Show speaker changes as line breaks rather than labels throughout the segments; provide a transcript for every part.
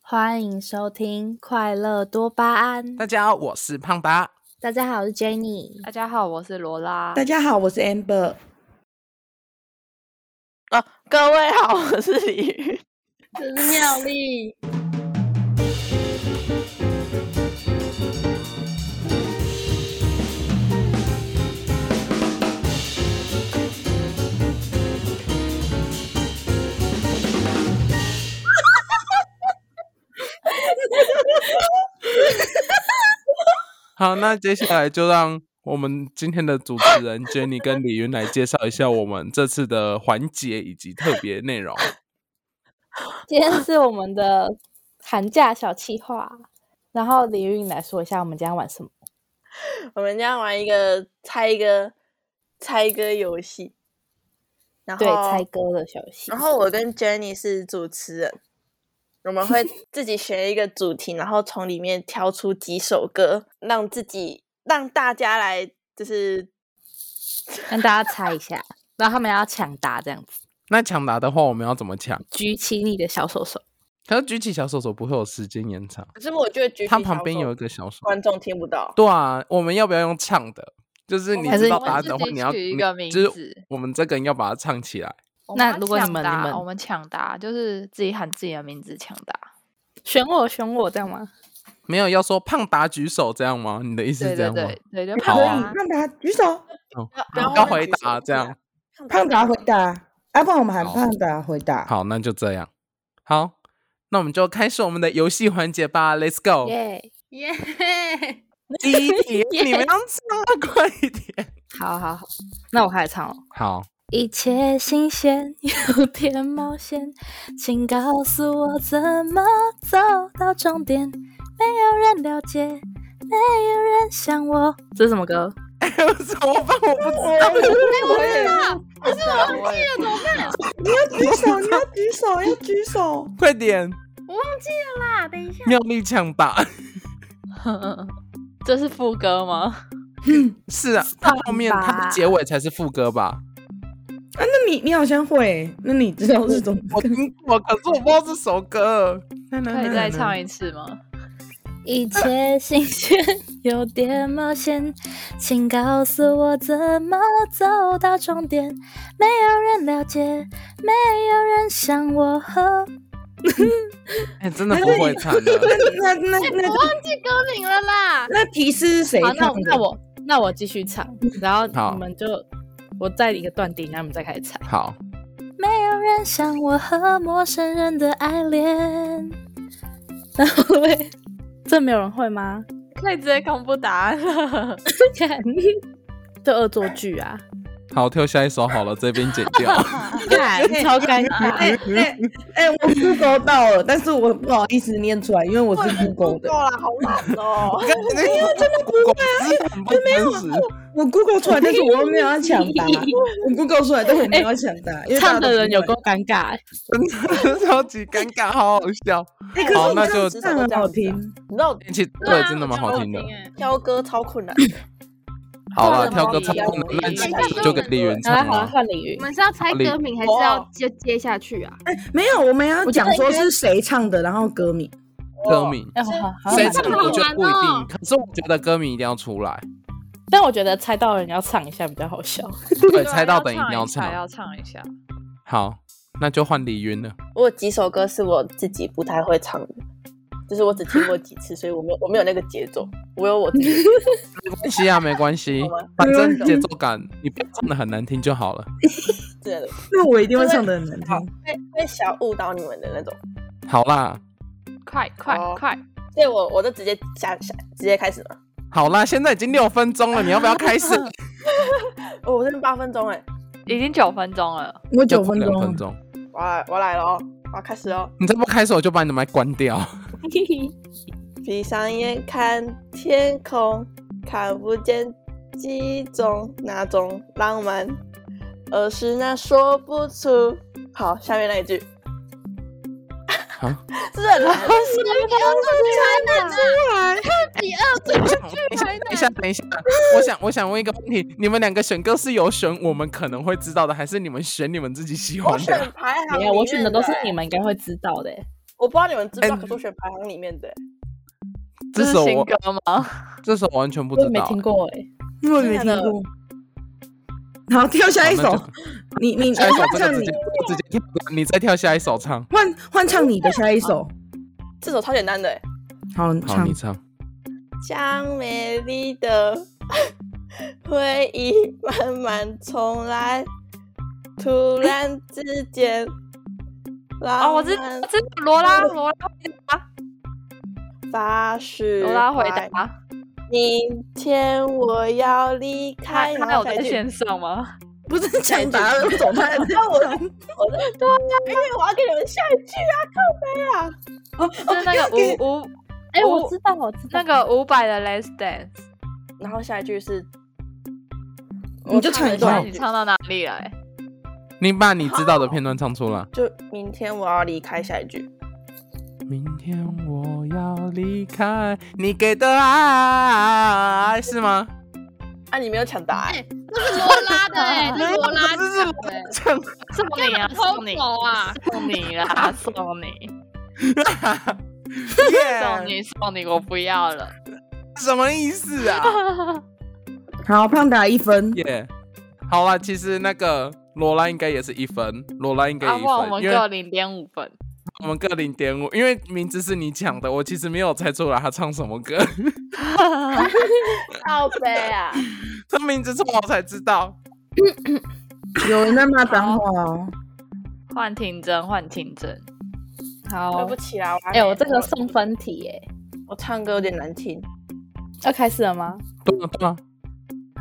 欢迎收听《快乐多巴胺》。
大家好，我是胖八。
大家好，我是 Jenny。
大
哎
家好，我是罗拉。
大家好，我是 Amber。
哦，各位好，我是李宇。
我是妙丽。
好，那接下来就让我们今天的主持人 Jenny 跟李云来介绍一下我们这次的环节以及特别内容。
今天是我们的寒假小企划，然后李云来说一下我们今天玩什么。
我们今天玩一个猜一个猜歌游戏，然后
对，猜歌的小游戏。
然后我跟 Jenny 是主持人，我 们会自己选一个主题，然后从里面挑出几首歌，让自己让大家来就是
跟大家猜一下，然后他们要抢答这样子，
那抢答的话，我们要怎么抢？
举起你的小手手。
可是举起小手手不会有时间延长，
可是我觉得举
它
起
旁
小
边
手
有一个小手。
观众听不到，
对啊，我们要不要用唱的？就是你
还是
知道
我们
答案的话，
自己
你要
取一
你
个名
就是
字
我们这个人要把它唱起来。
我
那
要
如果你
抢
们你
答
们
我们抢答，就是自己喊自己的名字抢答。
选我，选我，这样吗？
没有要说胖达举手这样吗？你的意思
对
是这
对
样吗？
对对，就
好
抢
可以
啊
答。
让大家举手，
哦
不要
好要
忘了
回
举手
答这样。
胖达回答。啊要不然我们喊
好
胖达回答。
好，那就这样。好，那我们就开始我们的游戏环节吧。Let's go。
耶、
耶！
第一题，你们要唱啊，快一点。
好好好，那我开始唱了。
好，
一切新鲜，有点冒险，请告诉我怎么走到终点。没有人了解，没有人像我。这是什么歌？
怎么办？我不知道。
我也
我也
你要举 手，你要举手，要举手。
快点，
我忘记了啦，等一下。
妙力抢答。
这是副歌吗？
是啊，它后面它
吧
的结尾才是副歌吧？
啊，那你你好像会，那你知道是 怎么？
我听过，可是我不知道这首歌。
可
可
以再唱一次吗？
一切新鲜，有点冒险，请告诉我怎么走到终点。没有人了解，没有人像我。呵
哎，真的不会唱 的。
那那那那
忘记歌名了啦。
那提示是谁
好，那
唱
我
的
那？我那我继续唱，然后
好
你们就我再一个断定，然后你们再开始唱。
好，
没有人像我和陌生人的爱恋。然后嘞，这没有人会吗？
可以直接公布答案了。
看，这恶作剧啊！
好，跳下一首好了，这边剪掉。
看，超尴
哎
尬。
哎哎，我 Google 到了，但是我不好意思念出来，因为我 是 Google
够
的。
了， 好懒哦。
因为真的不 会，很不真实。
我 Google 出来，但是我又没有要抢 答。我 Google 出来，但我没有要抢答，因为大
哎
家
唱
都
的人有
不
够
会
尴尬，
真的 超级尴尬，好好笑。
哎，可是
好
我
那
们
就
这样子唱啊很好听。
你知道
一起对，啊
啊
真的蛮好听的。
哎
挑歌超 困难，
好
了
了，挑歌
一
唱
样
不能
一
乱
样
唱，就给李元
好了
唱
好了，
了。
换李云
我。们是要猜歌名，还是要接接下去啊？
没有，我们要
我觉得
讲说是谁唱的，然后歌名。
歌名
哎，好好好
谁
好哦
唱的我觉得不一定，可是我觉得歌名一定要出来。
但我觉得猜到人要唱一下比较好笑。
对，
啊
猜到等一定
要
啊唱
一下。要唱一下。
好，那就换李云了。
我有几首歌是我自己不太会唱的，就是我只听过几次，所以我没有我没有那个节奏，我有我自己的节奏。
没关系啊，没关系
好吧，
反正节奏感你不要唱的很难听就好了。
真的
那我一定会唱的很难听。
会会小误导你们的那种，
好啦，
快快
好
快！
所以我我就直接下下直接开始嘛。
好啦，现在已经六分钟了，你要不要开 始？
哦，我剩八分钟哎，
已经九分钟了，
我
就
九分
两
钟
分
啊，
钟，
我来我来了哦，我要开始哦。
你再不开始我就把你的麦关掉。
闭上眼看天空，看不见几种哪种浪漫，而是那说不出。好，下面那一句，
啊，
是很难的。
等一下，等一下，我想，我想问一个问题：你们两个选歌是有选我们可能会知道的，还是你们选你们自己喜
我
欢的？
选排行，
欸
没有，我选的都是你，们应该会知道的。
我不知道你们知不知道，
哎
可是我选排行里面的、欸
这
这
是
首
新
我
歌吗？
这首完全不
我也
知
没
道
听，过哎、
因为我没
真
听
的假的
过。好，跳下一
好那
首
就，
你你
下一首
换
这个
唱
直
你
接直接跳，你再跳下一首唱，
换换唱你的下一首，
这首超简单的、欸，
好
好，
唱
你唱。
将美丽的 回忆慢慢重来，突然之间，
哦，我
浪
知
漫
我知道罗拉罗拉回答，
发誓
罗拉回
怀
答，
明天我要离
他
开，然
他有
后才
在
去
线上吗？
不是抢答了，怎么 办？
我我对啊，因为我要给你们下一句啊，靠背啊，
哦
就是那个五五
哎，
我
我知道，我知道
那，个五百的 Last Dance，
然后下一句是，
你就唱一
那
段
你唱到哪里欸来？
你把你知道的片段唱出来。
就明天我要离开，下一句。
明天我要离开，你给的爱是吗？
啊，你没有抢答、欸，
这是罗拉的哎、这是罗拉的、欸，
送你啊，
干嘛偷
送你
走啊，
送你啦，送你，送
耶
你，送你，我不要了。
什么意思啊？
好，胖达一分，
耶、好啦，其实那个罗拉应该也是一分，罗拉应该
啊，
也
不
一
然我
分，
们
因
各
为
零点五 分。
我们各零点五，因为名字是你抢的，我其实没有猜出来他唱什么歌，
靠背啊，
他名字错我才知道。
有人在骂脏话哦。
换听真，换听真。好
对不，起啦，我还
哎、
没
我这个送分题哎、
我唱歌有点难听，
要开始了吗？
对啊，对啊，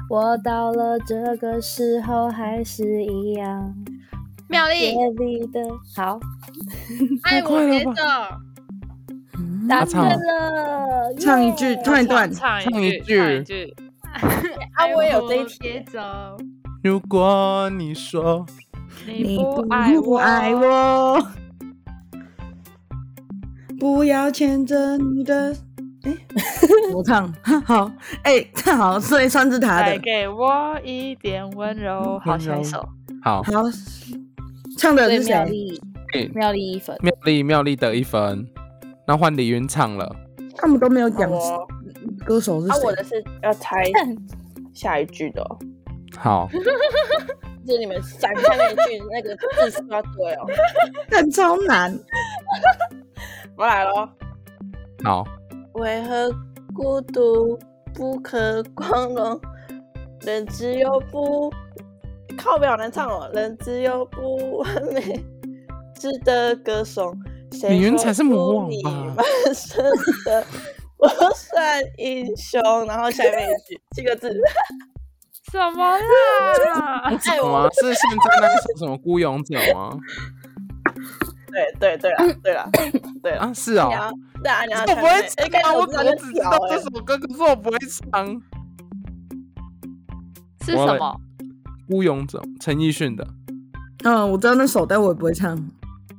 我到了这个时候还是一样
妙丽
夜，里的好，
爱我接着，
答
他唱
对了，
唱一
耶
句，唱一段，
唱
唱
一
一
句，唱一
句
句。
啊，我也有这一题
接着，
如果你说
你不爱
不爱我，不要牵着你的。哎， 我唱 好，哎、 好，所以算是他
再
的，
给我一点温柔，好，下一首。
好，
好，唱的
对
是
妙
谁？
丽，
哎
妙丽一分，
妙丽妙丽得一分，那换李云唱了。
他们都没有讲
我
歌手是
啊，
谁
哦我。的是要 猜下一句的哦、
好，
就是你们想下面一句那个字是要对哦。
但超难，
我来咯，
好，
为何孤独不可光荣？人只有不靠背好难唱哦，人只有不 完美，值得歌颂。谁
李云
说
才是魔王吧
出你 满身的我算英雄，然后下面一句 七个字，
什么 啦？
什么？是现在那一首什么《孤勇者》 吗？
对对对啦，对 啦，对啦。
啊，是哦
你。要对啊，你要
我不会
哎，
唱啊，我
我
我只知道这首歌，可是我不会唱《
是什么？
孤勇者》陈奕迅的。
嗯，我知道那首，但我也不会唱。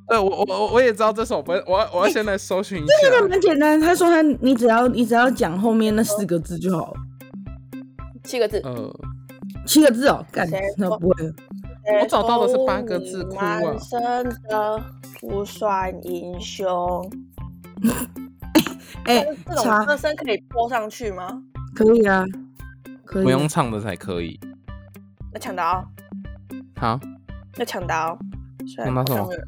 对，呃我我我我也知道这首，不是我要我要先来搜寻一
这个
下。
蛮简单，他说他你只要你只要讲后面那四个字就好了，
七个字，
呃，
七个字哦，干
谁，
那
说
不会了。
我找到的是八个字哭啊
人生的不算英雄。
哎、
这
差
种歌声可以播上去吗？
可以啊，可以。
不用唱的才可以。
要抢答哦，
好，
要抢答哦。虽然
抢答什么
我上面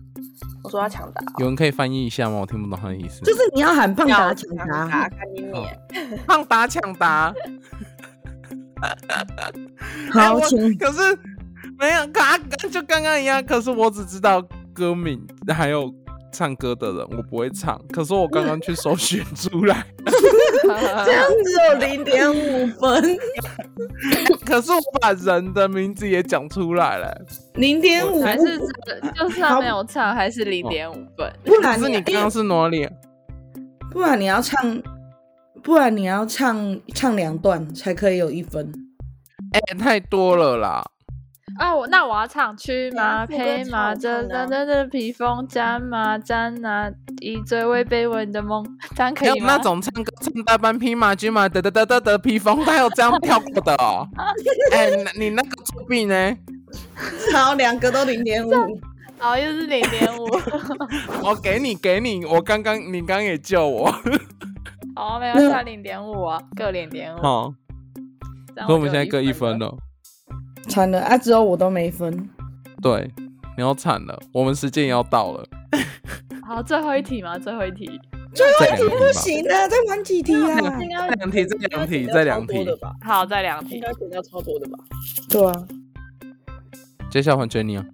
我说要抢答哦，
有人可以翻译一下吗？我听不懂他的意思。
就是你要喊胖达
要
抢
抢
答，
看你
哦
脸。
胖达抢答。 哎
好
我
请
可是没有，跟啊跟就刚刚一样。可是我只知道歌名，还有唱歌的人，我不会唱。可是我刚刚去搜寻出来，
这样只有零点五分，
可是我把人的名字也讲出来了。
零点 五
还是这就算没有唱，还是零点五分。
不
可
然
是
啊你
你刚刚是哪里？
不然你要唱，不然你要唱唱两段才可以有一分。
哎、太多了啦！
哦，那我要唱去马
对啊
配
副歌
马，
唱
这
我唱
这
的
这这披风战马战啊，以最为卑微的梦，这样可
还有
以吗？
那种唱歌唱大班匹马军马得得得得得披风，他有这样跳过的哦。哎、那你那个作弊呢？
好，两个都零点五，
好，又是零点五。
我给你，给你，我刚刚你刚刚也救我，
好，没有下零点五啊，各零点五。
好，
这样
所以我们
就
现在
有
各一
分
分
了。
了。
惨了啊！只有我都没分，
对，你要惨了，我们时间也要到了，
好，最后一题嘛，最后一题。
再两题
不
吧，
行啊！再玩几 题啊？
再两题，再两题，再两题。
好，再两
应
题。
该减掉超多的吧？
对啊，
接下来换 Jenny 啊，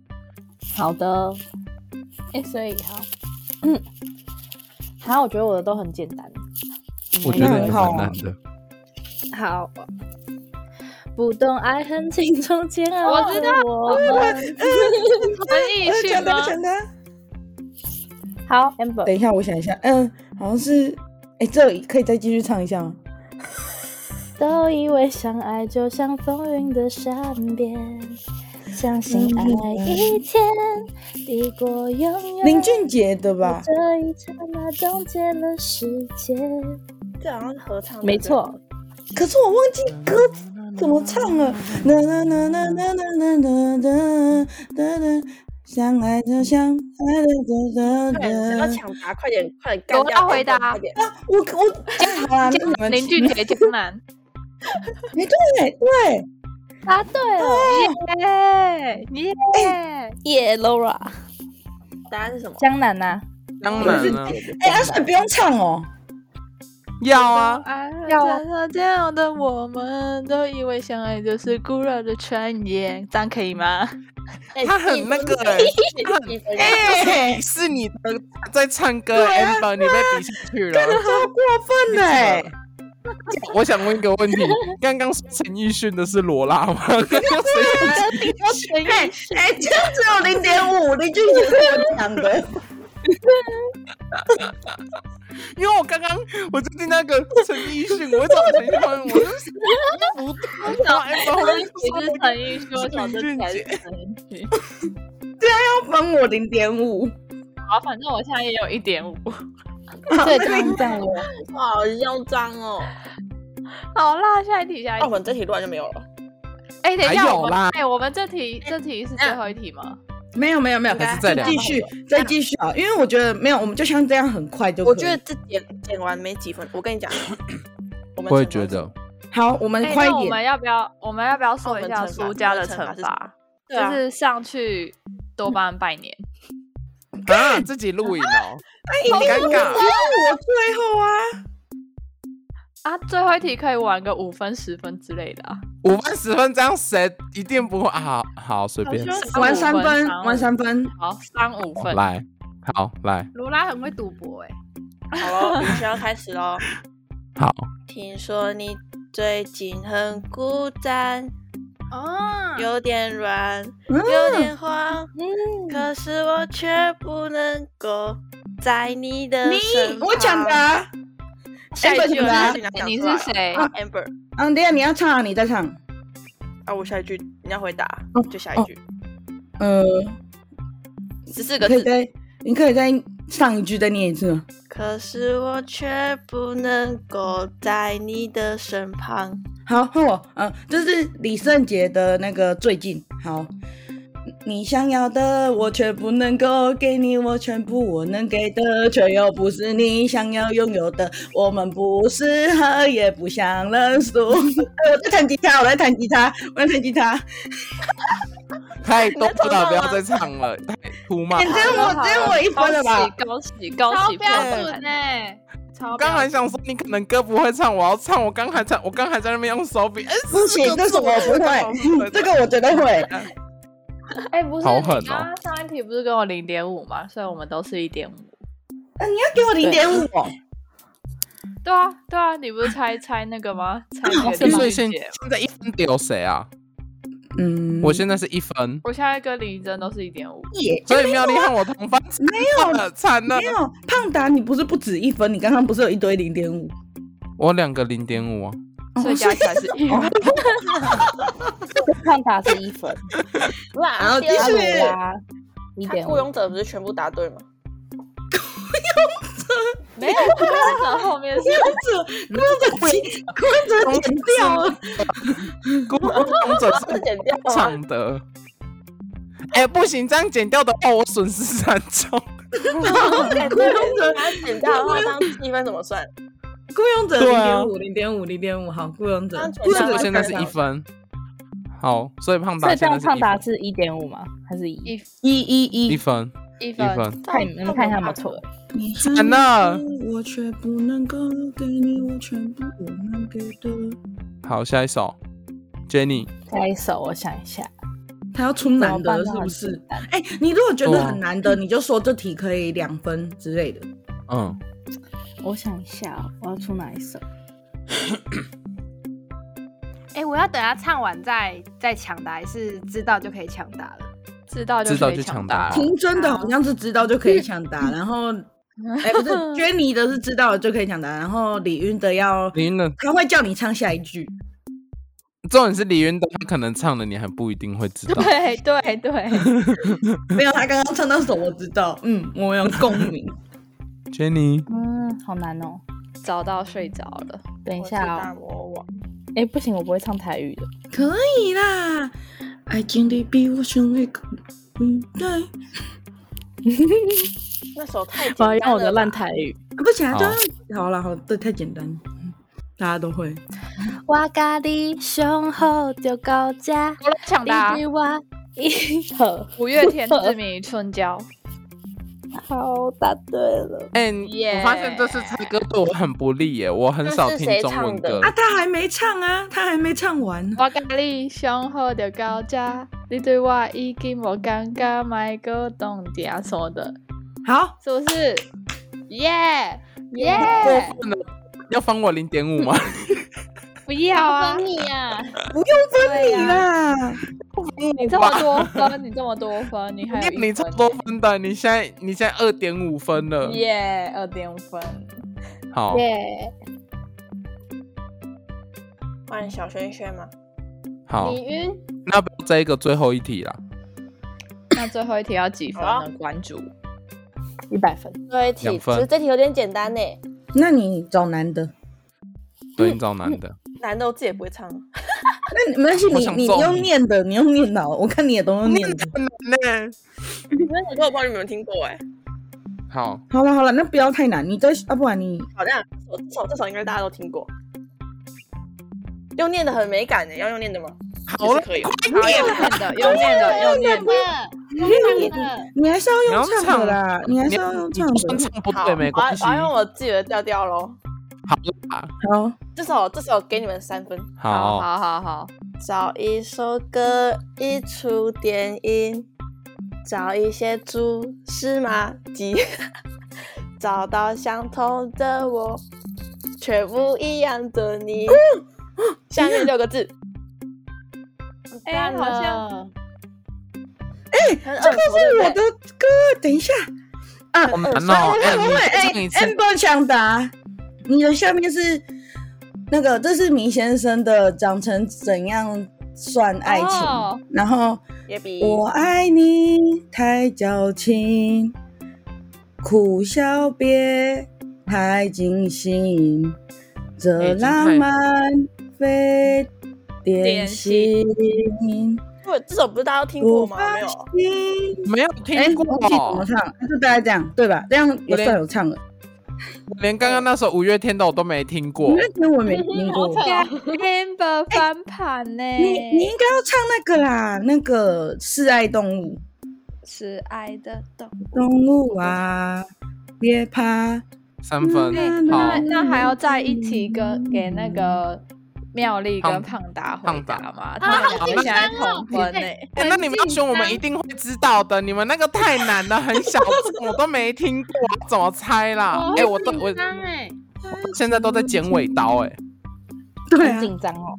好的，哎、所以好，嗯，好，我觉得我的都很简单。
我觉
那
得
很
你
好
蛮
啊
难的。
好，
不懂爱恨情中煎熬。
我知道
我们
文 艺
我
去
想
吗
到？想到，
好
啊等
，amber，
一下，我想一下，嗯，好像是，哎，这里可以再继续唱一下吗？
都以为相爱就像风云的山边，相信爱
嗯
一天抵过永
啊
远。
林俊杰的吧？
这一刹那冻结了时间。
这好像是合唱的，
没错，
可是我忘记歌怎么唱了。啦啦啦啦啦啦啦啦啦啦啦，相爱就像爱的
对。
的
不
的
要
的。
抢答，快点，快点
我
干掉！
要回答
快点，
我我哎好啦，那你们
林俊杰江南。
哎对对，
答对了，
耶耶！
耶、yeah,，Laura，
答案是什么？
江南呐、啊，
当然了，
哎阿水不用唱哦。
要啊，
要啊！这样的我们都以为相爱就是古老的传言，这样可以吗？
哎
他很那个哎
一分一分
哎，是你的在唱歌，amber，你被比下去了，
超过分了、欸！
我想问一个问题，刚刚说陈奕迅的是罗拉吗？ 刚刚
啊
谁
哎、这样只有零点五，林俊杰是我讲的。
因为我刚刚我就听那个陈奕迅，我找陈奕迅，我就是不对，然后 amber 后面
你是陈奕迅，我
说
小
林
时
俊
候才是
杰，
陈奕迅。
分我零点五，
好，反正我现在也有一点 五。
对，这样这样我，
哇，好嚣张哦！
好啦，下一题，下一
那我
题。
们这题乱就没有了。
哦哎，等一
还
下，
有
我
啦
们哎，我们这题这题是最后一题吗？
没有没有没有，
还是再聊
继续再继续啊！因为我觉得没有，我们就像这样很快就可以。
我觉得这剪剪完没几分，我跟 你讲，我们
我也
惩罚
觉
是什
得
么，
好，我们
哎，
快
那
一
我们
点。
要不要我们要不要
我
说
们
一下
惩罚
输家的
我们
惩
惩罚是什么
罚？
对啊
就是上去多巴胺拜年。
啊，自己录影 哦，好尴尬。
那我最后啊，
啊，最后一题可以玩个五分、十分之类的 啊。
五分十分这样谁一定不会啊？好，随便
好，像
玩三分，
五
啊玩三分，
好，三五分。
来，好来，
罗拉很会赌博哎、
好喽，雨轩要开始喽。
好，
听说你最近很孤单，
哦，
有点软，
嗯
有点慌，
嗯，
可是我却不能够在你的身
你
旁
我讲的、啊。
下一句
我
我
讲
下
的
一句
你是谁？
啊，Amber
嗯，等一下你要唱啊，你再唱。
啊，我下一句你要回答，就下一
哦
句，
呃，
十四
你
个
可以
字。
再，你可以再上一句再念一次吗。
可是我却不能够在你的身旁。
好，换我。嗯，这是李圣杰的那个最近。好，你想要的我却不能够给你，我全部我能给的，却又不是你想要拥有的。我们不适合，也不想认输。 哎我在弹吉他，我在弹吉他，我在弹吉他。
太多了，不要再唱了，太突嘛
哎。这样我，这样我一分了吧？
恭喜恭
超
喜！
标准哎、超
我
标
刚
准
才想说你可能歌不会唱，我要唱。我刚才唱，我刚才在那边用手比，哎，
不行，这是我不 会，这个我绝对嗯会。
哎，不是，
好狠哦
你刚刚上一题不是跟我零点五吗？所以我们都是一点五。
啊，你要给我零点五哦。
对啊，对啊，你不是猜猜那个吗？猜那个
所
林
以
俊
现
杰。
现在一分丢谁啊？
嗯，
我现在是一分，
我现在跟林真都是一点五。
也
所以妙丽和我同分，
没有。
惨了惨了
没，有，胖达，你不是不止一分？你刚刚不是有一堆零点五？哦
我两个零点五啊。
所以加起来 是一分。
胖达是一分，
然后
哇
继
阿
续
鲁拉一
他
点五
雇，佣者不是全部答对 吗？
没有，我刚刚后面是
这 规则剪，规则剪掉了。啊
孤勇者
这剪掉
是
啊！
唱的。哎、不行，这样剪掉的话，我损失惨重。
他减掉的话，当积分怎么 算？
雇佣者
对
零
啊
点五，零点五，零点五，好，雇佣者
当，
不
全
是，
校
我现在是
最
一
高
分。好，所以胖
所
达
以这
现在
样
是
胖
一
达
分
是一点五吗？还是一？
一一
一
一，
分
一分
一分。
看你们看一下有没有错。
你
惨了
我却不能够给你我全部，我能给的。
好，下一首，Jenny。
下一首我想一下，
他要出难的，
怎么
是
办
不
那
是
很简单？
哎、你如果觉
对
得
啊
很难的，你就说这题可以两分之类的。
嗯，
我想一下哦，我要出哪一首？
哎，我要等他唱完再再抢答，还是知道就可以抢答了？
知道就
知道
可以
就抢
抢
答
答
好
了。
听真的好像是知道就可以抢 答，然后。哎、不是 Jenny 的是知道了就可以抢答，然后李云的要，
李云的
他会叫你唱下一句。
重点是李云的，他可能唱的你还不一定会知道。
对对对，
没有，他刚刚唱那首我知道，嗯，我有共鸣。
Jenny，
嗯，好难哦。
找到睡着了。
等一下啊、哦，哎、不行，我不会唱台语的。
可以啦，爱情里比我想的更嗯，对，
那首太简
我要
单了吧。
用我的烂台语。
啊不行啊，
好
这样好了，好，这太简单了，嗯大家都会。
我甲你上好就到这，
我来抢答
你对我
好，
五月天之谜春娇，
好，答对了。
哎、你我发现这次猜歌对我很不利耶，我很
那
少
是
听
谁
中文
唱的
歌。
啊，他还没唱啊，他还没唱完。
我甲你上好就到这，你对我已经无感觉，买个动点啊什么的，
好，
是不是？耶耶，
过分了要分我零点五吗？
不要啊！
你呀，
对呀，
啦，
你这么多分，你这么多分，你还有
你
一
超
分。
多分的，你现在你现在二点五分了。
耶，二点五分。
好，
耶、
换小轩轩嘛，
好，
李云，
那不这一个最后一题啦。
那最后一题要几分
好啊
呢？关注
1一百分。
这一题
两分
其实这题有点简单呢，
那你找男的，
对，你找男的。
难道我自己也不会唱？
那没关系，
我
你
想
你
揍
你用
你
念的，你用念的好了，我看你也都用念的。
那
那首歌 我不知道你们有没有听过哎。
好，
嗯好了好了，那不要太难，你再啊，不然你
好的，这首这首这首应该大家都听过。用念的很美感的，要用念的吗？
好了
也是可以哦。
好，用念的，用念的，用念的。
你你你还是要用
你要
唱的
唱
啦，你还是
你
要
要
用
你
唱
就算
的。
唱不
好，
对没关系。
我要我要
好
用我自己的调调喽。
啦，
好，
这首这首给你们三分。
好
好，
好好好，
找一首歌，一出电影，找一些蛛丝马迹， 找到相同的我，却不一样的你。下面六个字，
哎，好像
很耳熟
是我
对不
的歌，等一下。啊，
好难哦。哎，
我会哎
你唱一次。
，amber 抢答，你的下面是那个，这是米先生的《长成怎样算爱情》
哦
然后
对也比
我爱你太矫情，苦笑别太尽
哎
兴，这浪漫非典型。
不这首不是大家都听过
我
吗？
发
没有
现，，
没有
哎，
听
忘记怎
过
么，唱，那就大概这样，对吧？这样也算有唱了。
连刚刚那首五月天的我都没听过。
那天我没听过。
Amber 翻盘呢。
你你应该要唱那个啦，那个示爱动物，
是爱的动物。
动物啊，别怕。
三分
哎，
好
那，那还要再一题跟给那个妙丽跟
胖
胖达回
胖达
答
啊
吗？他们两个现在
哦
同分呢。
哎那你们要选，我们一定会知道的。你们那个太难了，很小众，我都没听过，啊怎么猜啦？哎，我都我
哦紧张哎，
现在都在剪尾刀，哎，
对
很
啊，
紧张哦。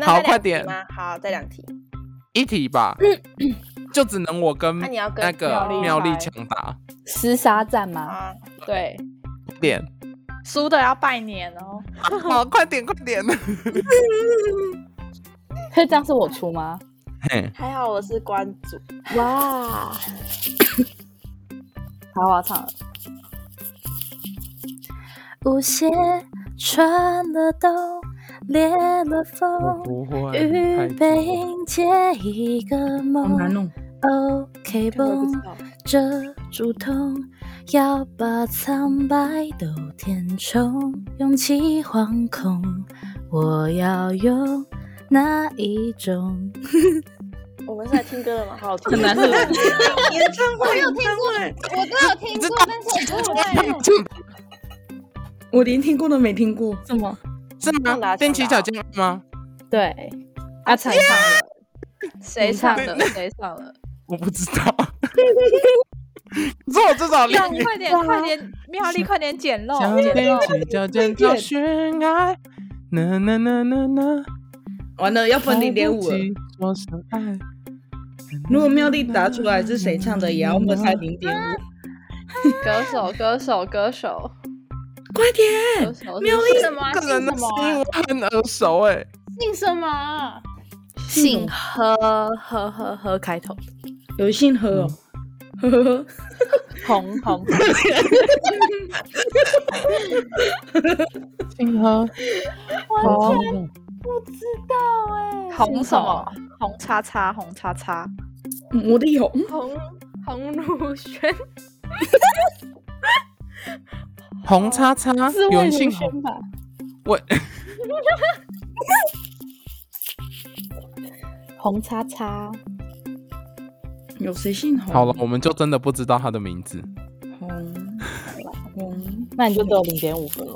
那
好
再两
快
题
点
吗好，再两题。
一题吧，就只能我跟
那你要跟
那个
妙
妙
丽
丽
猜
抢答
厮杀战吗？
啊，
对，
点，
输的要拜年哦。
好，快点，快点。
所以这样是我出吗？
嘿
还好我是关主，
哇！好，我要唱了。
舞鞋穿了洞，裂了
我
缝，
不会，
预
太
备
久
迎接
了
一个
好
梦。
难弄。
OK
看我也不知
绷，
道。
遮住痛，要把苍白都填充，勇气惶恐，我要用哪一 种？
我们是来听歌的嘛，好好听。
很难喝。 演唱会，演唱会，
我都有听过，但是我不会用。
我连听过都没听过。
什么？
是
这样
吗？
拿
踮
枪
起
的
脚
哦
尖吗？
对，阿彩唱 的，
谁唱的？谁唱的？
我不知道。 可是我至少 练
亮，快点，快点，妙丽，快点捡漏，捡漏
踮！起脚尖找寻爱，呐呐呐呐呐，
完了，要分零点五
来不
了。
及说声爱。
如果妙丽答出来是谁唱的，也要分开零点五。
歌手，歌手，歌手，
快
歌
点！
手，
妙
姓
丽
什么啊？
这
姓
个人
什
的声
么
音
啊？
我很耳熟哎，
姓什么啊？
姓何何何何开头，
有姓何哦，呵呵呵，
红红，
星河，
完哎
红什么
么？
红叉叉，红叉叉，
嗯我的有，嗯
红红如轩，
红叉叉，
哦
是
有
魏
人
如
姓红
萱吧？
我
红叉叉，
有谁姓洪？
好了，我们就真的不知道他的名字。
洪，洪，
那你就得零点五分了。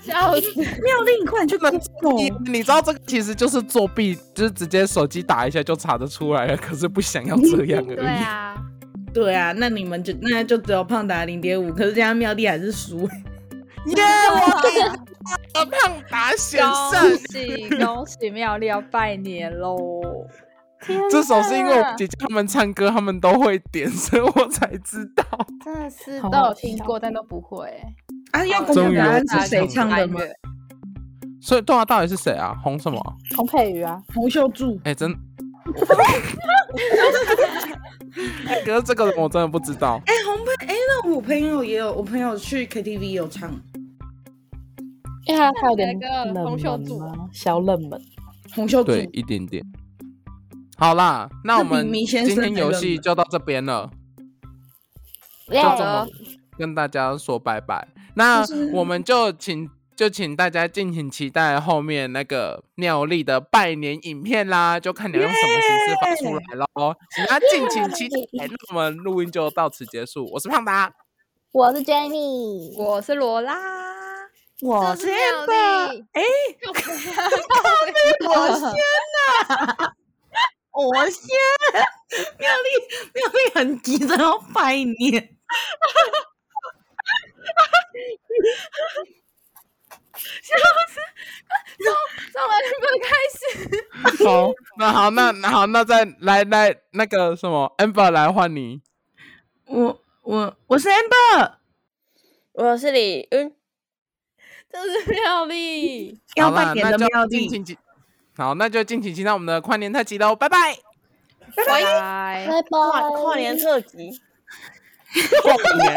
笑死！
妙丽，你快去 Google
你你知道这个其实就是作弊，就是直接手机打一下就查得出来了，可是不想要这样而已。
对啊，
对啊，那你们就那就只有胖达零点五，可是这样妙丽还是输。
耶，我赢了胖达险
恭
胜。
喜恭喜，妙丽要拜年喽！
这首是因为我姐姐他们唱歌，他们都会点，所以我才知道。
真的是
好
都有
好
听
笑
过，但都不会。
啊，要公
终
布
于
答案
有
是谁唱的吗？
所以对啊，到底是谁啊？红什么？
洪佩瑜啊，
洪秀柱，
哎、 真。哎可是这个人我真的不知道，
哎，洪佩，哎，那我朋友也有，我朋友去 KTV 有唱
因为他他有点
那个
冷
洪秀
门
柱
嘛，小冷门。
洪秀柱。
对，一点点。好啦，那我
那比
们
迷先
今
生
天
还
游
冷
戏
门
就到这边了。
好
就这么跟大家说拜拜。那
嗯
我们就请就请大家敬请期待后面那个妙丽的拜年影片啦，就看你要用什么形式发出来喽。请大家敬请期待。那我们录音就到此结束，我是胖达，
我是 Jenny，
我是罗拉，
哦
我
是 Amber
丽，
哎，
我是
我先，妙丽，妙丽很急着要拜年。
从来不开始。
好，那好，那那好，那再来来那个什么 Amber 来换你。
我我我是 Amber，
我是李云，
就是妙丽，
要
好啦
拜年的
那就
妙
敬
丽。
请期好，那就敬请期待我们的跨年特辑喽，拜拜。
拜拜。
拜拜，
跨跨年特辑，
过年。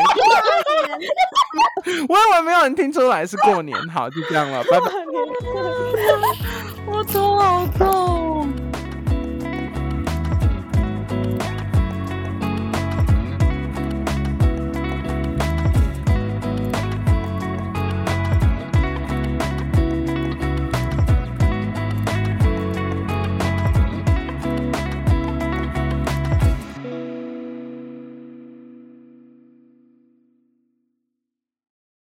我以为没有人听出来是过年，好，就这样了，拜拜。
我头好痛。